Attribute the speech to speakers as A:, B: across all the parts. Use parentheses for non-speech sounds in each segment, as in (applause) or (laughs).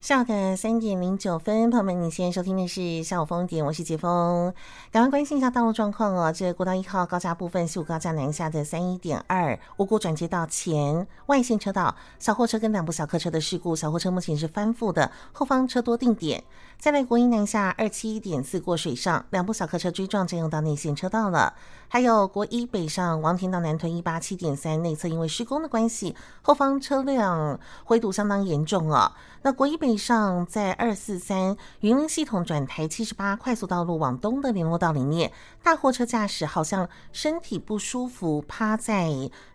A: 下午的三点零九分，朋友们，你现在收听的是下午风点，我是杰峰。赶快关心一下道路状况哦。这国道一号高架部分，西武高架南下的三一点二五股转接到前外线车道，小货车跟两部小客车的事故，小货车目前是翻覆的，后方车多定点。再来国一南下二七一点四过水上，两部小客车追撞占用到内线车道了。还有国一北上王庭到南屯一八七点三内侧，因为施工的关系，后方车辆回堵相当严重哦。那国一北上在二四三云林系统转台七十八快速道路往东的联络道里面，大货车驾驶好像身体不舒服，趴在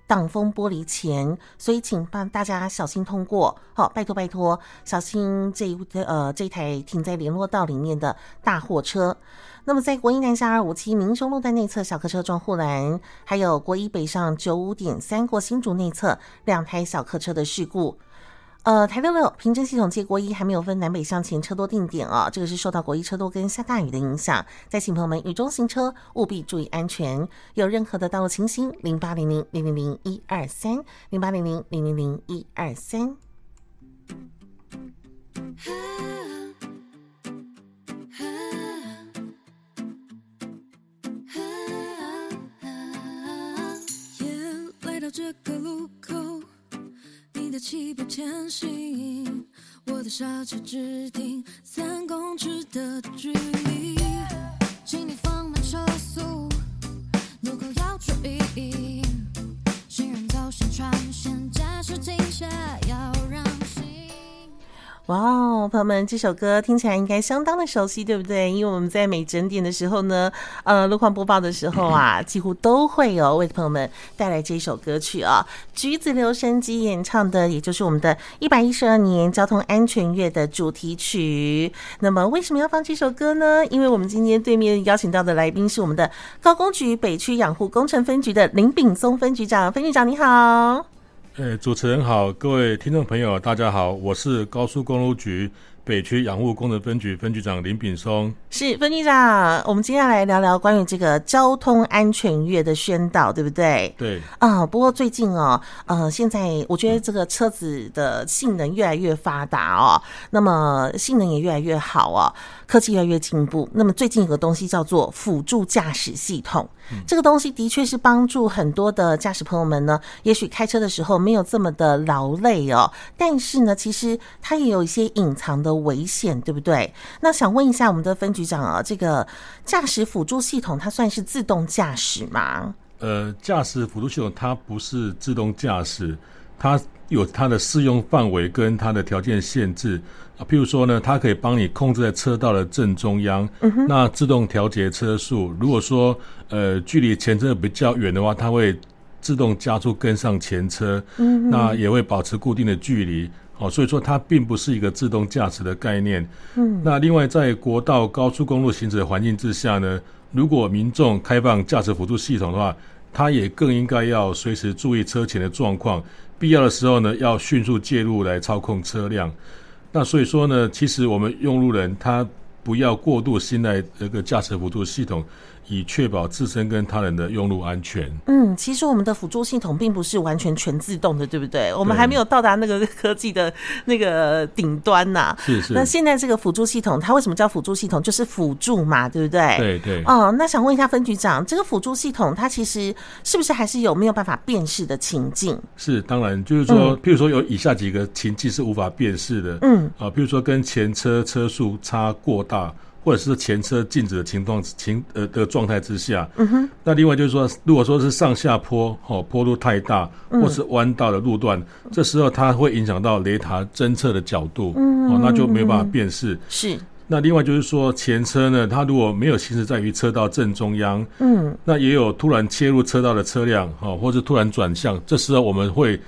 A: 挡风玻璃前，所以请帮大家小心通过。好、拜托拜托，小心这一呃这台停在联络道里面的大货车。那么在国一南下二五七民雄路段内侧小客车撞护栏，还有国一北上九五点三过新竹内侧两台小客车的事故。呃，台六六平整系统界国一还没有分南北向前车多定点哦，这个是受到国一车多跟下大雨的影响，再请朋友们雨中行车务必注意安全。有任何的道路情形，零八零零零零零一二三，零八零零零零零一二三。
B: 夜来到这个路口，你的汽步前行，我的刹车只停三公尺的距离，请你放慢车速，路口要注意，行人走线穿线，驾驶停下要让行。
A: 哇哦，朋友们，这首歌听起来应该相当的熟悉，对不对？因为我们在每整点的时候呢，呃，路况播报的时候啊，几乎都会有为朋友们带来这首歌曲啊，橘子留声机演唱的，也就是我们的一百一十二年交通安全月的主题曲。那么为什么要放这首歌呢？因为我们今天对面邀请到的来宾是我们的高工局北区养护工程分局的林炳松分局长，分局长你好。
C: 呃，主持人好，各位听众朋友，大家好，我是高速公路局北区养护工程分局分局长林炳松。
A: 是分局长，我们接下来聊聊关于这个交通安全月的宣导，对不对？
C: 对，
A: 啊，不过最近哦，呃，现在我觉得这个车子的性能越来越发达哦，那么性能也越来越好哦，科技越来越进步。那么最近有个东西叫做辅助驾驶系统，这个东西的确是帮助很多的驾驶朋友们呢，也许开车的时候没有这么的劳累哦，但是呢，其实它也有一些隐藏的危险，对不对？那想问一下我们的分局长啊，这个驾驶辅助系统它算是自动驾驶吗？
C: 呃，驾驶辅助系统它不是自动驾驶，它有它的适用范围跟它的条件限制啊。譬如说呢，它可以帮你控制在车道的正中央，那自动调节车速。如果说呃距离前车比较远的话，它会自动加速跟上前车，那也会保持固定的距离。哦，所以说它并不是一个自动驾驶的概念。嗯，那另外在国道高速公路行驶的环境之下呢，如果民众开放驾驶辅助系统的话，它也更应该要随时注意车前的状况，必要的时候呢，要迅速介入来操控车辆。那所以说呢，其实我们用路人他不要过度信赖这个驾驶辅助系统，以确保自身跟他人的用路安全。
A: 嗯，其实我们的辅助系统并不是完全全自动的，对不对？我们
C: 对
A: 还没有到达那个科技的那个顶端呐、
C: 是是，
A: 那现在这个辅助系统，它为什么叫辅助系统？就是辅助嘛，对不对？。
C: 对对。
A: 哦，那想问一下分局长，这个辅助系统它其实是不是还是有没有办法辨识的情境？
C: 是，当然，就是说，譬如说有以下几个情境是无法辨识的，
A: 嗯，
C: 啊，譬如说跟前车车速差过大，或者是前车静止的情况情呃的状态之下，嗯哼，那另外就是说，如果说是上下坡，哦，坡度太大，或是弯道的路段，这时候它会影响到雷达侦测的角度，嗯、哦，那就没有办法辨识，
A: 是，
C: 那另外就是说，前车呢，它如果没有行驶在于车道正中央，
A: 嗯，
C: 那也有突然切入车道的车辆哈、哦，或者突然转向，这时候我们会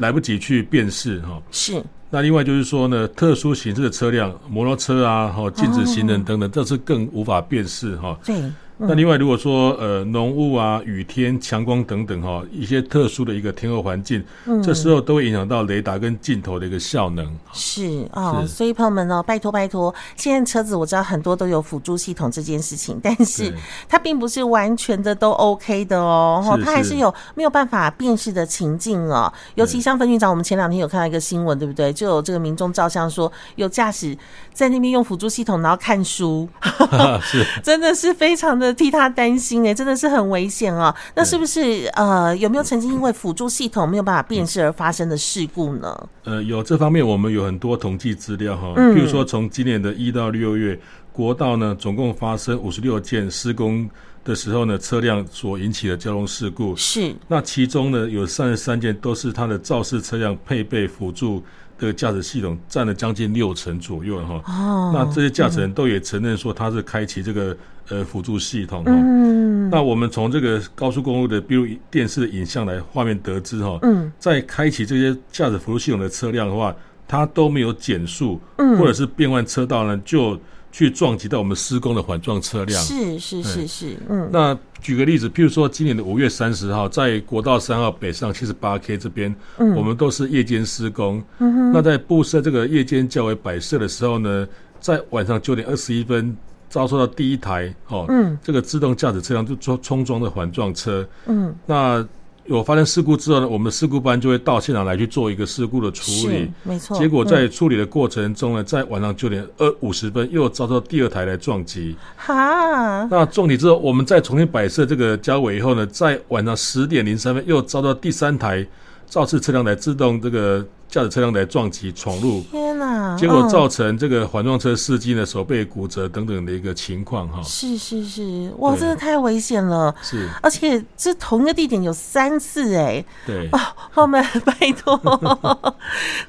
C: 来不及去辨识哈、哦。
A: 是，
C: 那另外就是说呢，特殊形式的车辆，摩托车啊，哈、哦，禁止行人等等，这是更无法辨识哈、哦。
A: 对，
C: 那另外，如果说呃浓雾啊、雨天、强光等等哈、一些特殊的一个天候环境，这时候都会影响到雷达跟镜头的一个效能。
A: 是哦，
C: 是
A: 所以朋友们哦，拜托拜托，现在车子我知道很多都有辅助系统这件事情，但是
C: 对
A: 它并不是完全的都 OK 的哦，哦
C: 是
A: 它还是
C: 是
A: 有没有办法辨识的情境哦。尤其
C: 对
A: 像分局长，我们前两天有看到一个新闻，对不对？就有这个民众照相说，有驾驶在那边用辅助系统，然后看书，
C: (laughs) 是
A: (laughs) 真的是非常的替他担心哎，真的是很危险哦。那是不是呃有没有曾经因为辅助系统没有办法辨识而发生的事故呢？
C: 呃，有这方面我们有很多统计资料哈，
A: 嗯
C: 譬如说从今年的一到六月，国道呢总共发生五十六件施工的时候呢车辆所引起的交通事故，
A: 是
C: 那其中呢有三十三件都是它的肇事车辆配备辅助的驾驶系统，占了将近六成左右哈。
A: 哦，
C: 那这些驾驶人都也承认说他是开启这个呃辅助系统哈。
A: 嗯
C: 那我们从这个高速公路的，比如电视的影像来画面得知哈，
A: 嗯，
C: 在开启这些驾驶辅助系统的车辆的话，它都没有减速，
A: 嗯
C: 或者是变换车道呢，就去撞击到我们施工的缓撞车辆。
A: 是是是是，嗯
C: 那举个例子，譬如说今年的五月三十号，在国道三号北上七十八 K 这边，
A: 嗯
C: 我们都是夜间施工。那在布设这个夜间较为摆设的时候呢，在晚上九点二十一分。遭受到第一台哦，
A: 嗯
C: 这个自动驾驶车辆就冲冲撞的环撞车，
A: 嗯，
C: 那有发生事故之后呢，我们的事故班就会到现场来去做一个事故的处
A: 是
C: 理。
A: 没错。嗯
C: 结果在处理的过程中呢，在晚上九点二五十分又遭到第二台来撞击。
A: (laughs) 哈，
C: 那撞击之后，我们再重新摆设这个交尾以后呢，在晚上十点零三分又遭到第三台肇事车辆来自动这个驾驶车辆来撞击闯入，
A: 天哪！
C: 结果
A: 嗯
C: 造成这个环撞车司机呢手背骨折等等的一个情况哈。
A: 是是是，哇，
C: 对
A: 真的太危险了。
C: 是，
A: 而且这同一个地点有三次哎、
C: 对，
A: 朋友们， (laughs) 拜托， (laughs)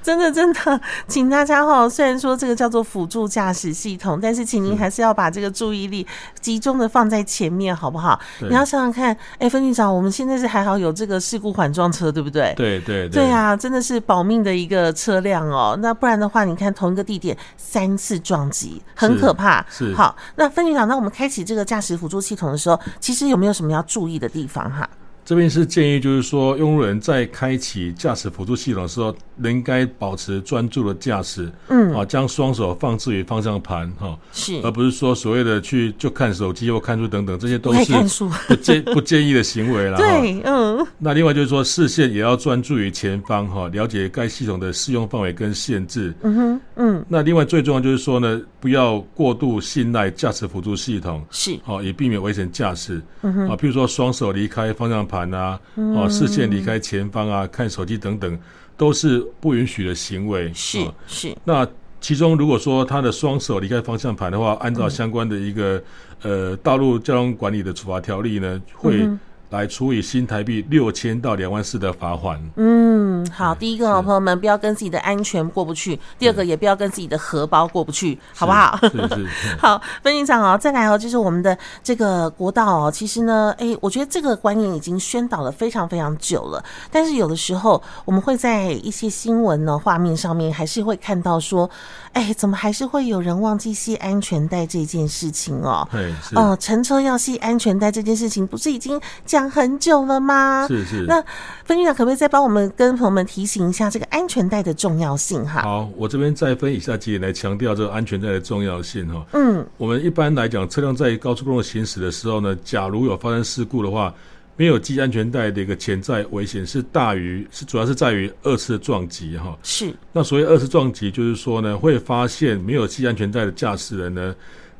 A: 真的真的，请大家哈，虽然说这个叫做辅助驾驶系统，但是请您还是要把这个注意力集中的放在前面，好不好？
C: 对
A: 你要想想看，哎、分局长，我们现在是还好有这个事故缓撞车，对不对？
C: 对对
A: 对，啊，真的是保命的一个车辆哦。那不然的话，你看同一个地点三次撞击，很
C: 是
A: 可怕。
C: 是
A: 好，那分局长，那我们开启这个驾驶辅助系统的时候，其实有没有什么要注意的地方哈？
C: 这边是建议，就是说，用户人在开启驾驶辅助系统的时候，应该保持专注的驾驶，
A: 嗯
C: 啊，将双手放置于方向盘，哈、
A: 是
C: 而呃不是说所谓的去就看手机或看书等等，这些
A: 不
C: 都
A: 太
C: 是啊
A: 看书，
C: 不建 (laughs) 不建议的行为啦。哈
A: 对，嗯，
C: 那另外就是说，视线也要专注于前方，哈、了解该系统的适用范围跟限制。
A: 嗯哼，嗯，
C: 那另外最重要就是说呢，不要过度信赖驾驶辅助系统，
A: 是
C: 哦，以避免危险驾驶。
A: 嗯
C: 啊，譬如说双手离开方向盘啊，哦，视线离开前方啊，看手机等等，都是不允许的行为。
A: 是
C: 哦
A: 是，
C: 那其中如果说他的双手离开方向盘的话，按照相关的一个、呃道路交通管理的处罚条例呢，会来处以新台币六千到两万四的罚款。
A: 嗯，好，第一个哦，
C: 是
A: 朋友们不要跟自己的安全过不去，第二个也不要跟自己的荷包过不去，好不好？ (laughs)
C: 是是是，
A: 好，分局长哦，再来哦，就是我们的这个国道哦，其实呢，哎，我觉得这个观念已经宣导了非常非常久了，但是有的时候我们会在一些新闻呢画面上面还是会看到说，哎，怎么还是会有人忘记系安全带这件事情哦？
C: 嘿是。
A: 哦，乘车要系安全带这件事情，不是已经讲很久了吗？
C: 是是，
A: 那分局长可不可以再帮我们跟朋友们提醒一下这个安全带的重要性哈？
C: 好，我这边再分以下几点来强调这个安全带的重要性哈、
A: 嗯，
C: 我们一般来讲，车辆在高速公路行驶的时候呢，假如有发生事故的话，没有系安全带的一个潜在危险是大于是主要是在于二次撞击哈、
A: 是，
C: 那所谓二次撞击，就是说呢，会发现没有系安全带的驾驶人呢，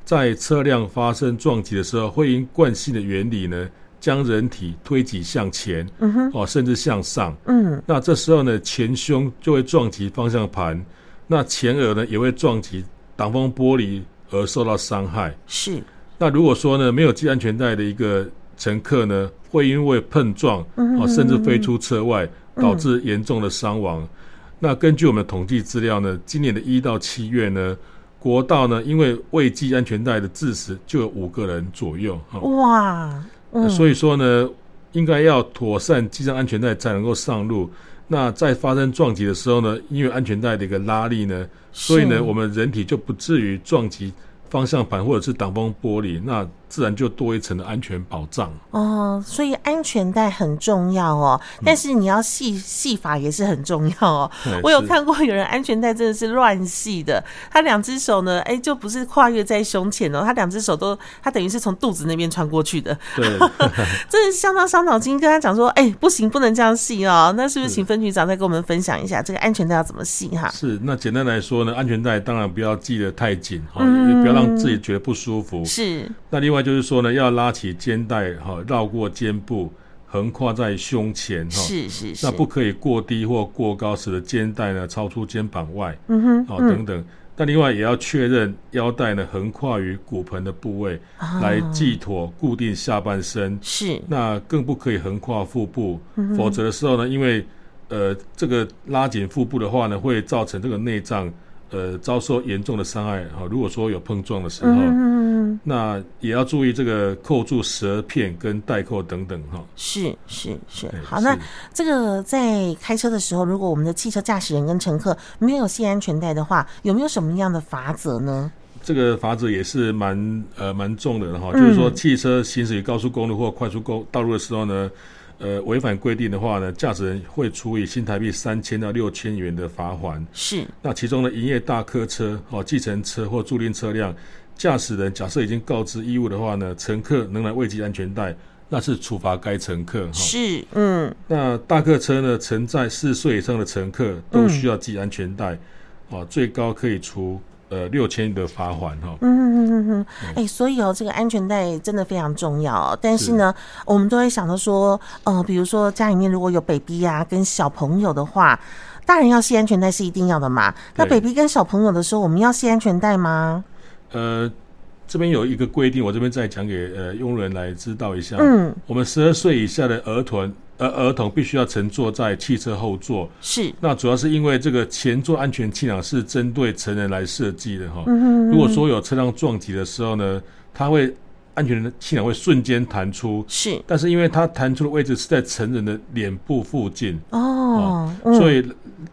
C: 在车辆发生撞击的时候，会因惯性的原理呢，将人体推挤向前，嗯哼，哦，甚至向上。
A: 嗯，
C: 那这时候呢，前胸就会撞击方向盘，那前额呢也会撞击挡风玻璃而受到伤害。
A: 是，
C: 那如果说呢，没有系安全带的一个乘客呢，会因为碰撞啊，甚至飞出车外，导致严重的伤亡。那根据我们的统计资料呢，今年的一到七月呢，国道呢因为未系安全带的致死就有五个人左右哦哈、
A: 哇，嗯，
C: 所以说呢，应该要妥善系上安全带才能够上路。那在发生撞击的时候呢，因为安全带的一个拉力呢，所以
A: 是
C: 呢，我们人体就不至于撞击方向盘或者是挡风玻璃，那自然就多一层的安全保
A: (laughs)
C: 障。
A: 哦，所以安全带很重要哦，
C: 嗯
A: 但是你要系系法也是很重要哦。
C: 对
A: 我有
C: 是
A: 看过有人安全带真的是乱系的，他两只手呢，哎、就不是跨越在胸前哦，他两只手都，他等于是从肚子那边穿过去的，
C: 对，
A: 真的是相当伤脑筋。跟他讲说，哎、不行，不能这样系哦。那是不是请分局长再跟我们分享一下这个安全带要怎么系哈？
C: (laughs) 是。那简单来说呢，安全带当然不要系得太紧，哈、也不要让自己觉得不舒服。
A: 嗯是，
C: 那另外就是说呢，要拉起肩带，哈、绕过肩部，横跨在胸前，哈、
A: 是是是，
C: 那不可以过低或过高，使得肩带呢超出肩膀外，嗯哼，好、等等。那另外也要确认腰带呢横跨于骨盆的部位，
A: 啊
C: 来系妥固定下半身。
A: 是
C: 那更不可以横跨腹部，
A: 嗯
C: 否则的时候呢，因为呃这个拉紧腹部的话呢，会造成这个内脏呃遭受严重的伤害。哦好、如果说有碰撞的时候，
A: 嗯，
C: 那也要注意这个扣住舌片跟带扣等哦等哈。
A: 是是是
C: 对，
A: 好，那
C: 哎是
A: 这个在开车的时候，如果我们的汽车驾驶人跟乘客没有系安全带的话，有没有什么样的法则呢？
C: 这个法子也是蛮呃蛮重的哈，就是说汽车行驶于高速公路或快速公道路的时候呢，呃，违反规定的话呢，驾驶人会处以新台币三千到六千元的罚款。
A: 是
C: 那其中呢，营业大客车、哦计程车或租赁车辆，驾驶人假设已经告知义务的话呢，乘客仍然未系安全带，那是处罚该乘客哈。
A: 是，
C: 哦
A: 嗯，
C: 那大客车呢，承载四岁以上的乘客都需要系安全带，哦，最高可以处呃六千的罚款哈。嗯
A: 哎、所以哦，这个安全带真的非常重要哦、但是呢，我们都会想到说，呃，比如说家里面如果有 baby 啊，跟小朋友的话，大人要系安全带是一定要的嘛。那
C: 对
A: baby 跟小朋友的时候，我们要系安全带吗？
C: 呃，这边有一个规定，我这边再讲给呃佣人来知道一下。
A: 嗯，
C: 我们十二岁以下的儿童，呃，儿童必须要乘坐在汽车后座。
A: 是
C: 那主要是因为这个前座安全气囊是针对成人来设计的哈。如果说有车辆撞击的时候呢，它会安全气囊会瞬间弹出，
A: 是
C: 但是因为它弹出的位置是在成人的脸部附近，
A: 哦
C: 哦，
A: 嗯
C: 所以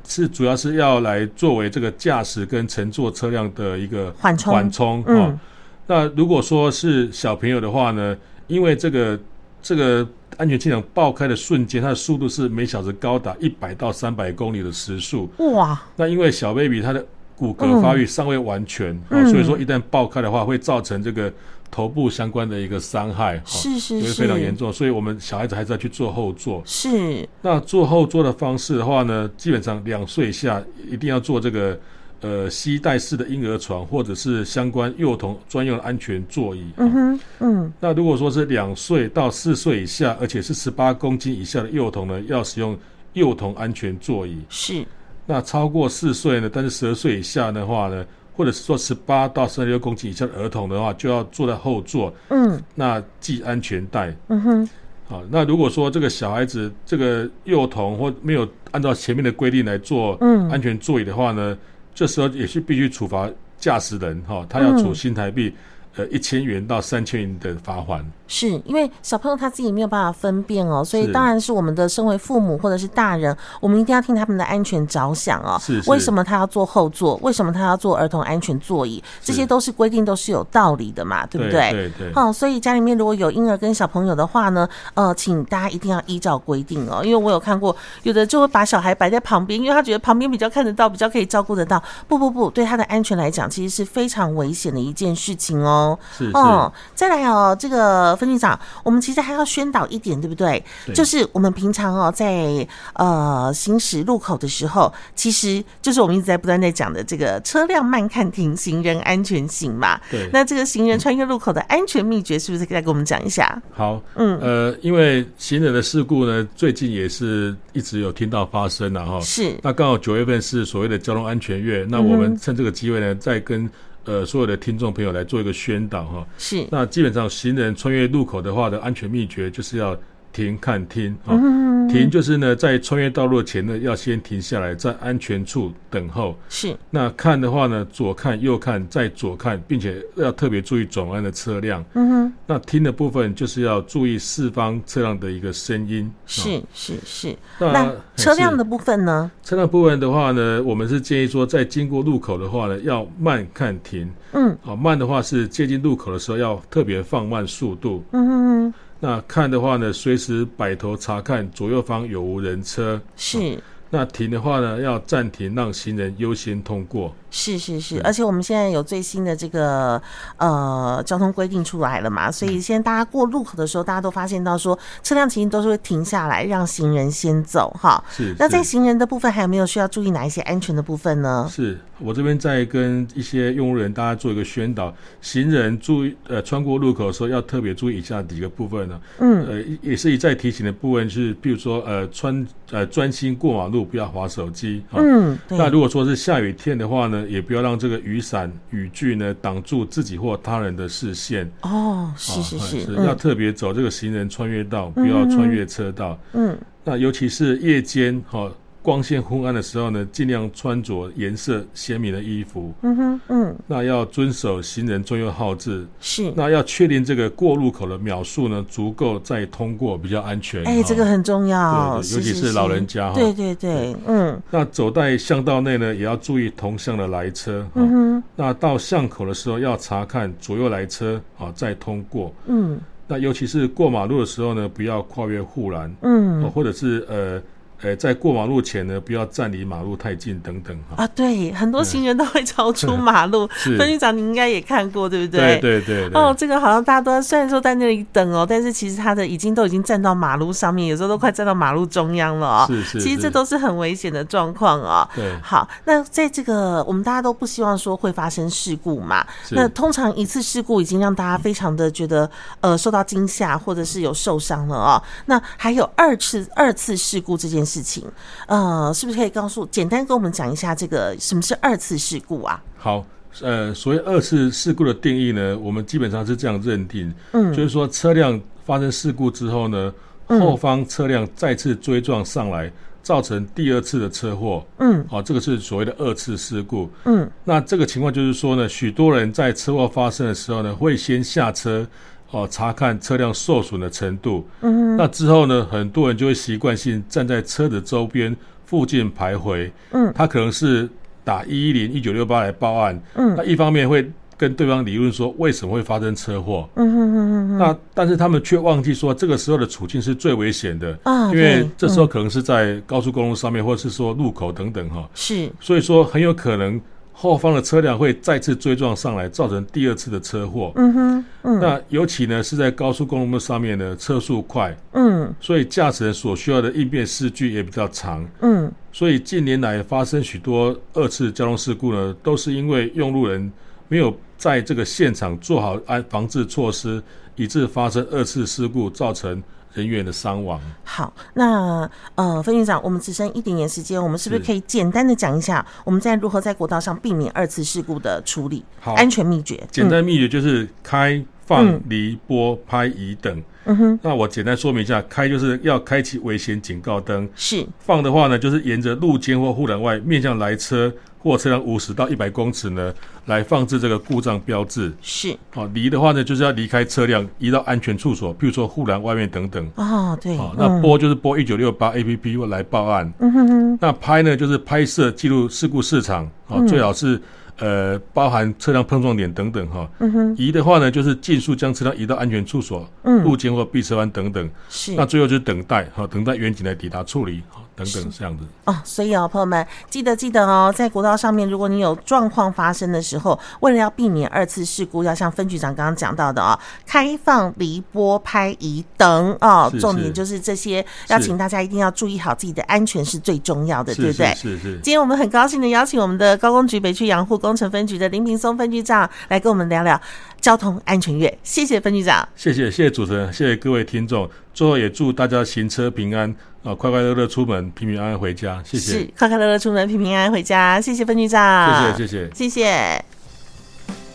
C: 是主要是要来作为这个驾驶跟乘坐车辆的一个
A: 缓冲
C: 缓冲
A: 嗯
C: 哦。那如果说是小朋友的话呢，因为这个这个安全气囊爆开的瞬间，它的速度是每小时高达一百到三百公里的时速。
A: 哇，
C: 那因为小 baby 他的骨骼发育尚未完全，
A: 嗯
C: 哦、所以说一旦爆开的话，会造成这个头部相关的一个伤害，哦
A: 是是
C: 也会
A: 是，
C: 非常严重。所以我们小孩子还是要去坐后座。
A: 是
C: 那坐后座的方式的话呢，基本上两岁以下一定要坐这个呃吸带式的婴儿床，或者是相关幼童专用的安全座椅。嗯
A: 嗯嗯，
C: 那如果说是两岁到四岁以下，而且是十八公斤以下的幼童呢，要使用幼童安全座椅。
A: 是
C: 那超过四岁呢，但是十二岁以下的话呢，或者是说十八到三十六公斤以下的儿童的话，就要坐在后座，
A: 嗯
C: 那系安全带。
A: 嗯哼
C: 好，那如果说这个小孩子、这个幼童或没有按照前面的规定来做
A: 嗯
C: 安全座椅的话呢，这时候也是必须处罚驾驶人哈、他要处新台
A: 嗯
C: 币、呃一千元到三千元的罚款。
A: 是因为小朋友他自己没有办法分辨哦，所以
C: 是
A: 当然是我们的身为父母或者是大人，我们一定要替他们的安全着想哦。
C: 是是
A: 为什么他要坐后座？为什么他要坐儿童安全座椅？这些都是规定，都是有道理的嘛，对不
C: 对对
A: 好、所以家里面如果有婴儿跟小朋友的话呢，呃，请大家一定要依照规定哦，因为我有看过，有的就会把小孩摆在旁边，因为他觉得旁边比较看得到，比较可以照顾得到。不不不，对他的安全来讲，其实是非常危险的一件事情哦。
C: 是是
A: 哦，再来哦，这个分局长，我们其实还要宣导一点，对不对？
C: 对
A: 就是我们平常哦，在呃行驶路口的时候，其实就是我们一直在不断在讲的这个车辆慢看停，行人安全行嘛。
C: 对
A: 那这个行人穿越路口的安全秘诀，是不是再给我们讲一下？
C: 好，嗯，呃，因为行人的事故呢，最近也是一直有听到发生啊了哈、
A: 是嗯
C: 那刚好九月份是所谓的交通安全月，那我们趁这个机会呢，再跟呃所有的听众朋友来做一个宣导哈、
A: 是
C: 那基本上行人穿越路口的话的安全秘诀就是要停、看、听啊。
A: 嗯
C: 停就是呢，在穿越道路前呢，要先停下来，在安全处等候。
A: 是
C: 那看的话呢，左看右看再左看，并且要特别注意转弯的车辆。嗯哼。那听的部分就是要注意四方车辆的一个声音。啊
A: 是是是。
C: 那哎
A: 那车辆
C: 是
A: 的部分呢？
C: 车辆部分的话呢，我们是建议说，在经过路口的话呢，要慢看停。
A: 嗯，
C: 啊，慢的话是接近路口的时候要特别放慢速度。
A: 嗯哼哼，
C: 那看的话呢，随时摆头查看左右方有无人车。
A: 是。
C: 那停的话呢，要暂停让行人优先通过。
A: 是是是，而且我们现在有最新的这个呃交通规定出来了嘛，所
C: 嗯
A: 以现在大家过路口的时候，大家都发现到说车辆其实都是会停下来让行人先走哈。
C: 是。
A: 那
C: 是
A: 在行人的部分，还有没有需要注意哪一些安全的部分呢？
C: 是我这边在跟一些用户人大家做一个宣导，行人注意呃穿过路口的时候要特别注意以下几个部分呢、嗯，呃也也是一再提醒的部分是，比如说呃穿呃专心过马路，不要划手机。啊、
A: 嗯，
C: 那
A: 对，
C: 如果说是下雨天的话呢，也不要让这个雨伞、雨具呢挡住自己或他人的视线。
A: 哦，
C: 啊
A: 是是
C: 哎
A: 是，
C: 要
A: 嗯
C: 特别走这个行人穿越道，不要穿越车道。
A: 嗯，
C: 那尤其是夜间哈、哦光线昏暗的时候呢，尽量穿着颜色鲜明的衣服。
A: 嗯哼，嗯，
C: 那要遵守行人专用号志。
A: 是。
C: 那要确定这个过路口的秒数呢，足够再通过比较安全。
A: 哎，
C: 哦
A: 这个很重要，
C: 对对尤其是老人家哈
A: 对对对，嗯
C: 那走在巷道内呢，也要注意同向的来车。哦
A: 嗯
C: 那到巷口的时候要查看左右来车啊，再通过。
A: 嗯
C: 那尤其是过马路的时候呢，不要跨越护栏，
A: 嗯
C: 哦，或者是呃呃，在过马路前呢，不要站离马路太近等等哈。
A: 啊，对，很多行人都会 (laughs) 超出马路。
C: 是
A: 分局长，你应该也看过，对不
C: 对对对对。
A: 哦，这个好像大家都在虽然说在那里等哦，但是其实他的已经都已经站到马路上面，有时候都快站到马路中央了哦。
C: 是是
A: 其实这
C: 是
A: 都是很危险的状况哦。
C: 对
A: 好，那在这个我们大家都不希望说会发生事故嘛。
C: 是
A: 那通常一次事故已经让大家非常的觉得呃受到惊吓或者是有受伤了哦。那还有二次二次事故这件事情，呃，是不是可以告诉简单跟我们讲一下这个什么是二次事故啊？
C: 好，呃，所谓二次事故的定义呢，我们基本上是这样认定，
A: 嗯
C: 就是说车辆发生事故之后呢，后方车辆再次追撞上来，造成第二次的车祸，
A: 嗯
C: 好、这个是所谓的二次事故。
A: 嗯，
C: 那这个情况就是说呢，许多人在车祸发生的时候呢，会先下车。哦，查看车辆受损的程度。嗯，那之后呢，很多人就会习惯性站在车子周边附近徘徊。
A: 嗯
C: 他可能是打一一零一九六八来报案。嗯，那一方面会跟对方理论说为什么会发生车祸。
A: 嗯哼哼哼哼。
C: 那但是他们却忘记说，这个时候的处境是最危险的
A: 啊
C: 因为
A: 对
C: 这时候可能是在高速公路上面，或者是说路口等等哈，
A: 是
C: 所以说很有可能后方的车辆会再次追撞上来，造成第二次的车祸。
A: 嗯哼，嗯
C: 那尤其呢是在高速公路上面呢，车速快，
A: 嗯
C: 所以驾驶人所需要的应变时距也比较长。
A: 嗯，
C: 所以近年来发生许多二次交通事故呢，都是因为用路人没有在这个现场做好安防治措施，以致发生二次事故，造成人员的伤亡。
A: 好，那呃，分局长，我们只剩一点点时间，我们是不是
C: 是
A: 可以简单的讲一下，我们在如何在国道上避免二次事故的处理？
C: 好
A: 安全秘诀。
C: 简
A: 嗯，
C: 单秘诀就是开、
A: 嗯
C: 放、离、拨、拍、移等。
A: 嗯哼，
C: 那我简单说明一下，开就是要开启危险警告灯，
A: 是
C: 放的话呢，就是沿着路肩或护栏外面向来车或车辆五十到一百公尺呢，来放置这个故障标志。
A: 是
C: 好，离的话呢，就是要离开车辆，移到安全处所，譬如说护栏外面等等。
A: 哦，对，
C: 好，那拨就是拨一九六八 APP 或来报案。
A: 嗯哼哼，嗯
C: 那拍呢，就是拍摄记录事故市场，好，最好是呃包含车辆碰撞点等等哈。
A: 嗯
C: 移的话呢，就是尽速将车辆移到安全处所、路肩或避车弯等等。
A: 嗯是
C: 那最后就是等待哈，等待远景来抵达处理哈，等等这样子。
A: 哦，所以哦，朋友们记得记得哦，在国道上面，如果你有状况发生的时候，为了要避免二次事故，要像分局长刚刚讲到的哦，开放离波拍移等哦，
C: 是
A: 重
C: 是
A: 点就是这些，要请大家一定要注意好自己的安全是最重要的，对
C: 是
A: 不对
C: 是？是是。
A: 今天我们很高兴的邀请我们的高工局北区洋护工程分局的林平松分局长来跟我们聊聊交通安全月，谢谢分局长。
C: 谢谢，谢谢主持人，谢谢各位听众。最后也祝大家行车平安啊，快快乐乐出门，平平安安回家。谢谢，
A: 是啊快快乐乐出门，平平安安回家，谢谢分局长，
C: 谢谢，谢谢。
A: 谢谢。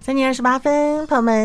A: 三点二十八分，朋友们。